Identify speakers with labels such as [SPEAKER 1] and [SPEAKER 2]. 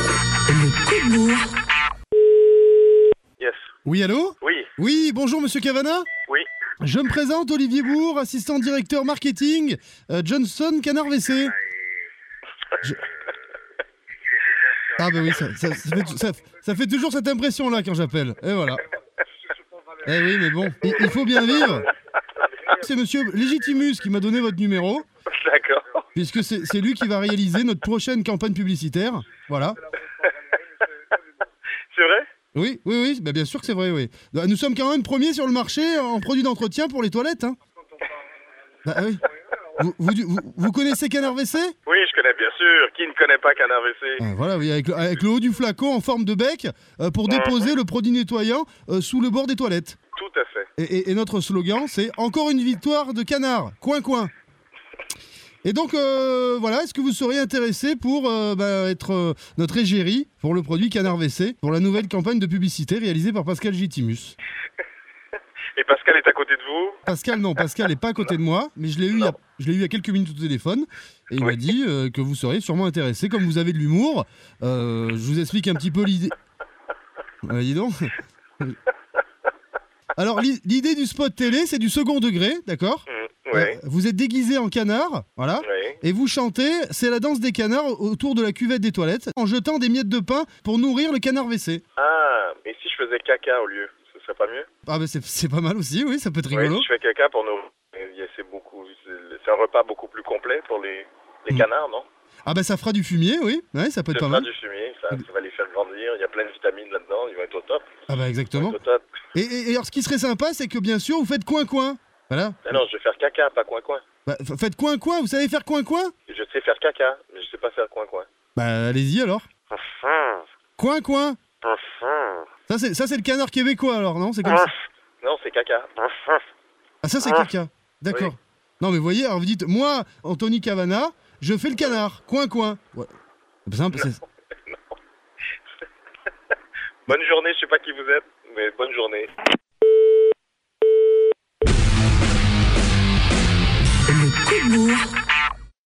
[SPEAKER 1] Le coup de bourre
[SPEAKER 2] Yes.
[SPEAKER 3] Oui, allô
[SPEAKER 2] Oui,
[SPEAKER 3] Oui, bonjour Monsieur Cavana
[SPEAKER 2] oui.
[SPEAKER 3] Je me présente, Olivier Bourg, assistant directeur marketing, euh, Johnson Canard WC. Je- Ah bah oui, ça, ça- ça fait, ça- ça fait toujours cette impression-là quand j'appelle. Et voilà. Eh oui, mais bon, il, il faut bien vivre. C'est Monsieur Legitimus qui m'a donné votre numéro,
[SPEAKER 2] D'accord.
[SPEAKER 3] puisque c'est c'est lui qui va réaliser notre prochaine campagne publicitaire. Voilà.
[SPEAKER 2] C'est vrai
[SPEAKER 3] Oui, oui, oui, bah bien sûr que c'est vrai, oui. Bah, Nous sommes quand même premiers sur le marché en produits d'entretien pour les toilettes. Hein. Bah, oui. vous, vous- vous- vous connaissez Canard WC
[SPEAKER 2] Oui, je connais bien sûr. Qui ne connaît pas Canard WC
[SPEAKER 3] Ah, Voilà, oui, avec le, avec le haut du flacon en forme de bec euh, pour déposer le produit nettoyant euh, sous le bord des toilettes.
[SPEAKER 2] Tout à fait.
[SPEAKER 3] Et, et- et notre slogan, c'est Encore une victoire de Canard, coin coin. Et donc, euh, voilà, est-ce que vous seriez intéressé pour euh, bah, être euh, notre égérie pour le produit Canard WC, pour la nouvelle campagne de publicité réalisée par Pascal Gitimus
[SPEAKER 2] Et Pascal est à côté de vous
[SPEAKER 3] Pascal, non, Pascal n'est pas à côté de moi, mais je l'ai eu, il y a- je l'ai eu il y a quelques minutes au téléphone. Et il
[SPEAKER 2] Oui.
[SPEAKER 3] m'a dit euh, que vous seriez sûrement intéressé, comme vous avez de l'humour. euh, je vous explique un petit peu l'idée. Ouais, dis donc. Alors, l'i- l'idée du spot télé, c'est du second degré, d'accord
[SPEAKER 2] Mmh, Ouais.
[SPEAKER 3] Euh, Vous êtes déguisé en canard, voilà.
[SPEAKER 2] Oui.
[SPEAKER 3] Et vous chantez, c'est la danse des canards autour de la cuvette des toilettes, en jetant des miettes de pain pour nourrir le canard WC.
[SPEAKER 2] Ah, et si je faisais caca au lieu Ce serait pas mieux
[SPEAKER 3] Ah, bah c'est- c'est pas mal aussi, oui, ça peut être
[SPEAKER 2] Oui,
[SPEAKER 3] rigolo.
[SPEAKER 2] si je fais caca pour nous. Eh bien, C'est beaucoup. c'est- C'est un repas beaucoup plus complet pour les, les
[SPEAKER 3] Mm.
[SPEAKER 2] canards, non
[SPEAKER 3] Ah, bah ça fera du fumier, oui, ouais, ça peut être pas
[SPEAKER 2] C'est pas
[SPEAKER 3] mal.
[SPEAKER 2] du fumier, ça, ça va les faire grandir. Il y a plein de vitamines là-dedans. Ils vont être au top.
[SPEAKER 3] Ah, bah
[SPEAKER 2] Ils vont
[SPEAKER 3] exactement.
[SPEAKER 2] être au top.
[SPEAKER 3] Et, et- et alors, ce qui serait sympa, c'est que bien sûr, vous faites coin-coin. Voilà.
[SPEAKER 2] Mais Ah non, je vais faire caca, pas coin-coin.
[SPEAKER 3] Bah, f- faites coin-coin, vous savez faire coin-coin
[SPEAKER 2] Je sais faire caca, mais je sais pas faire coin-coin.
[SPEAKER 3] Bah, allez-y alors.
[SPEAKER 2] Enfin,
[SPEAKER 3] Coin-coin
[SPEAKER 2] enfin.
[SPEAKER 3] Ça, c'est ça, c'est le canard québécois alors, non C'est
[SPEAKER 2] Ah.
[SPEAKER 3] comme ça
[SPEAKER 2] Non, c'est caca.
[SPEAKER 3] Ah, ça, c'est caca. D'accord. Non, mais voyez, alors vous dites, moi, Anthony Cavana, je fais le canard. Coin-coin. Ouais. C'est simple, c'est-
[SPEAKER 2] Bonne journée, je sais pas qui vous êtes, mais bonne journée.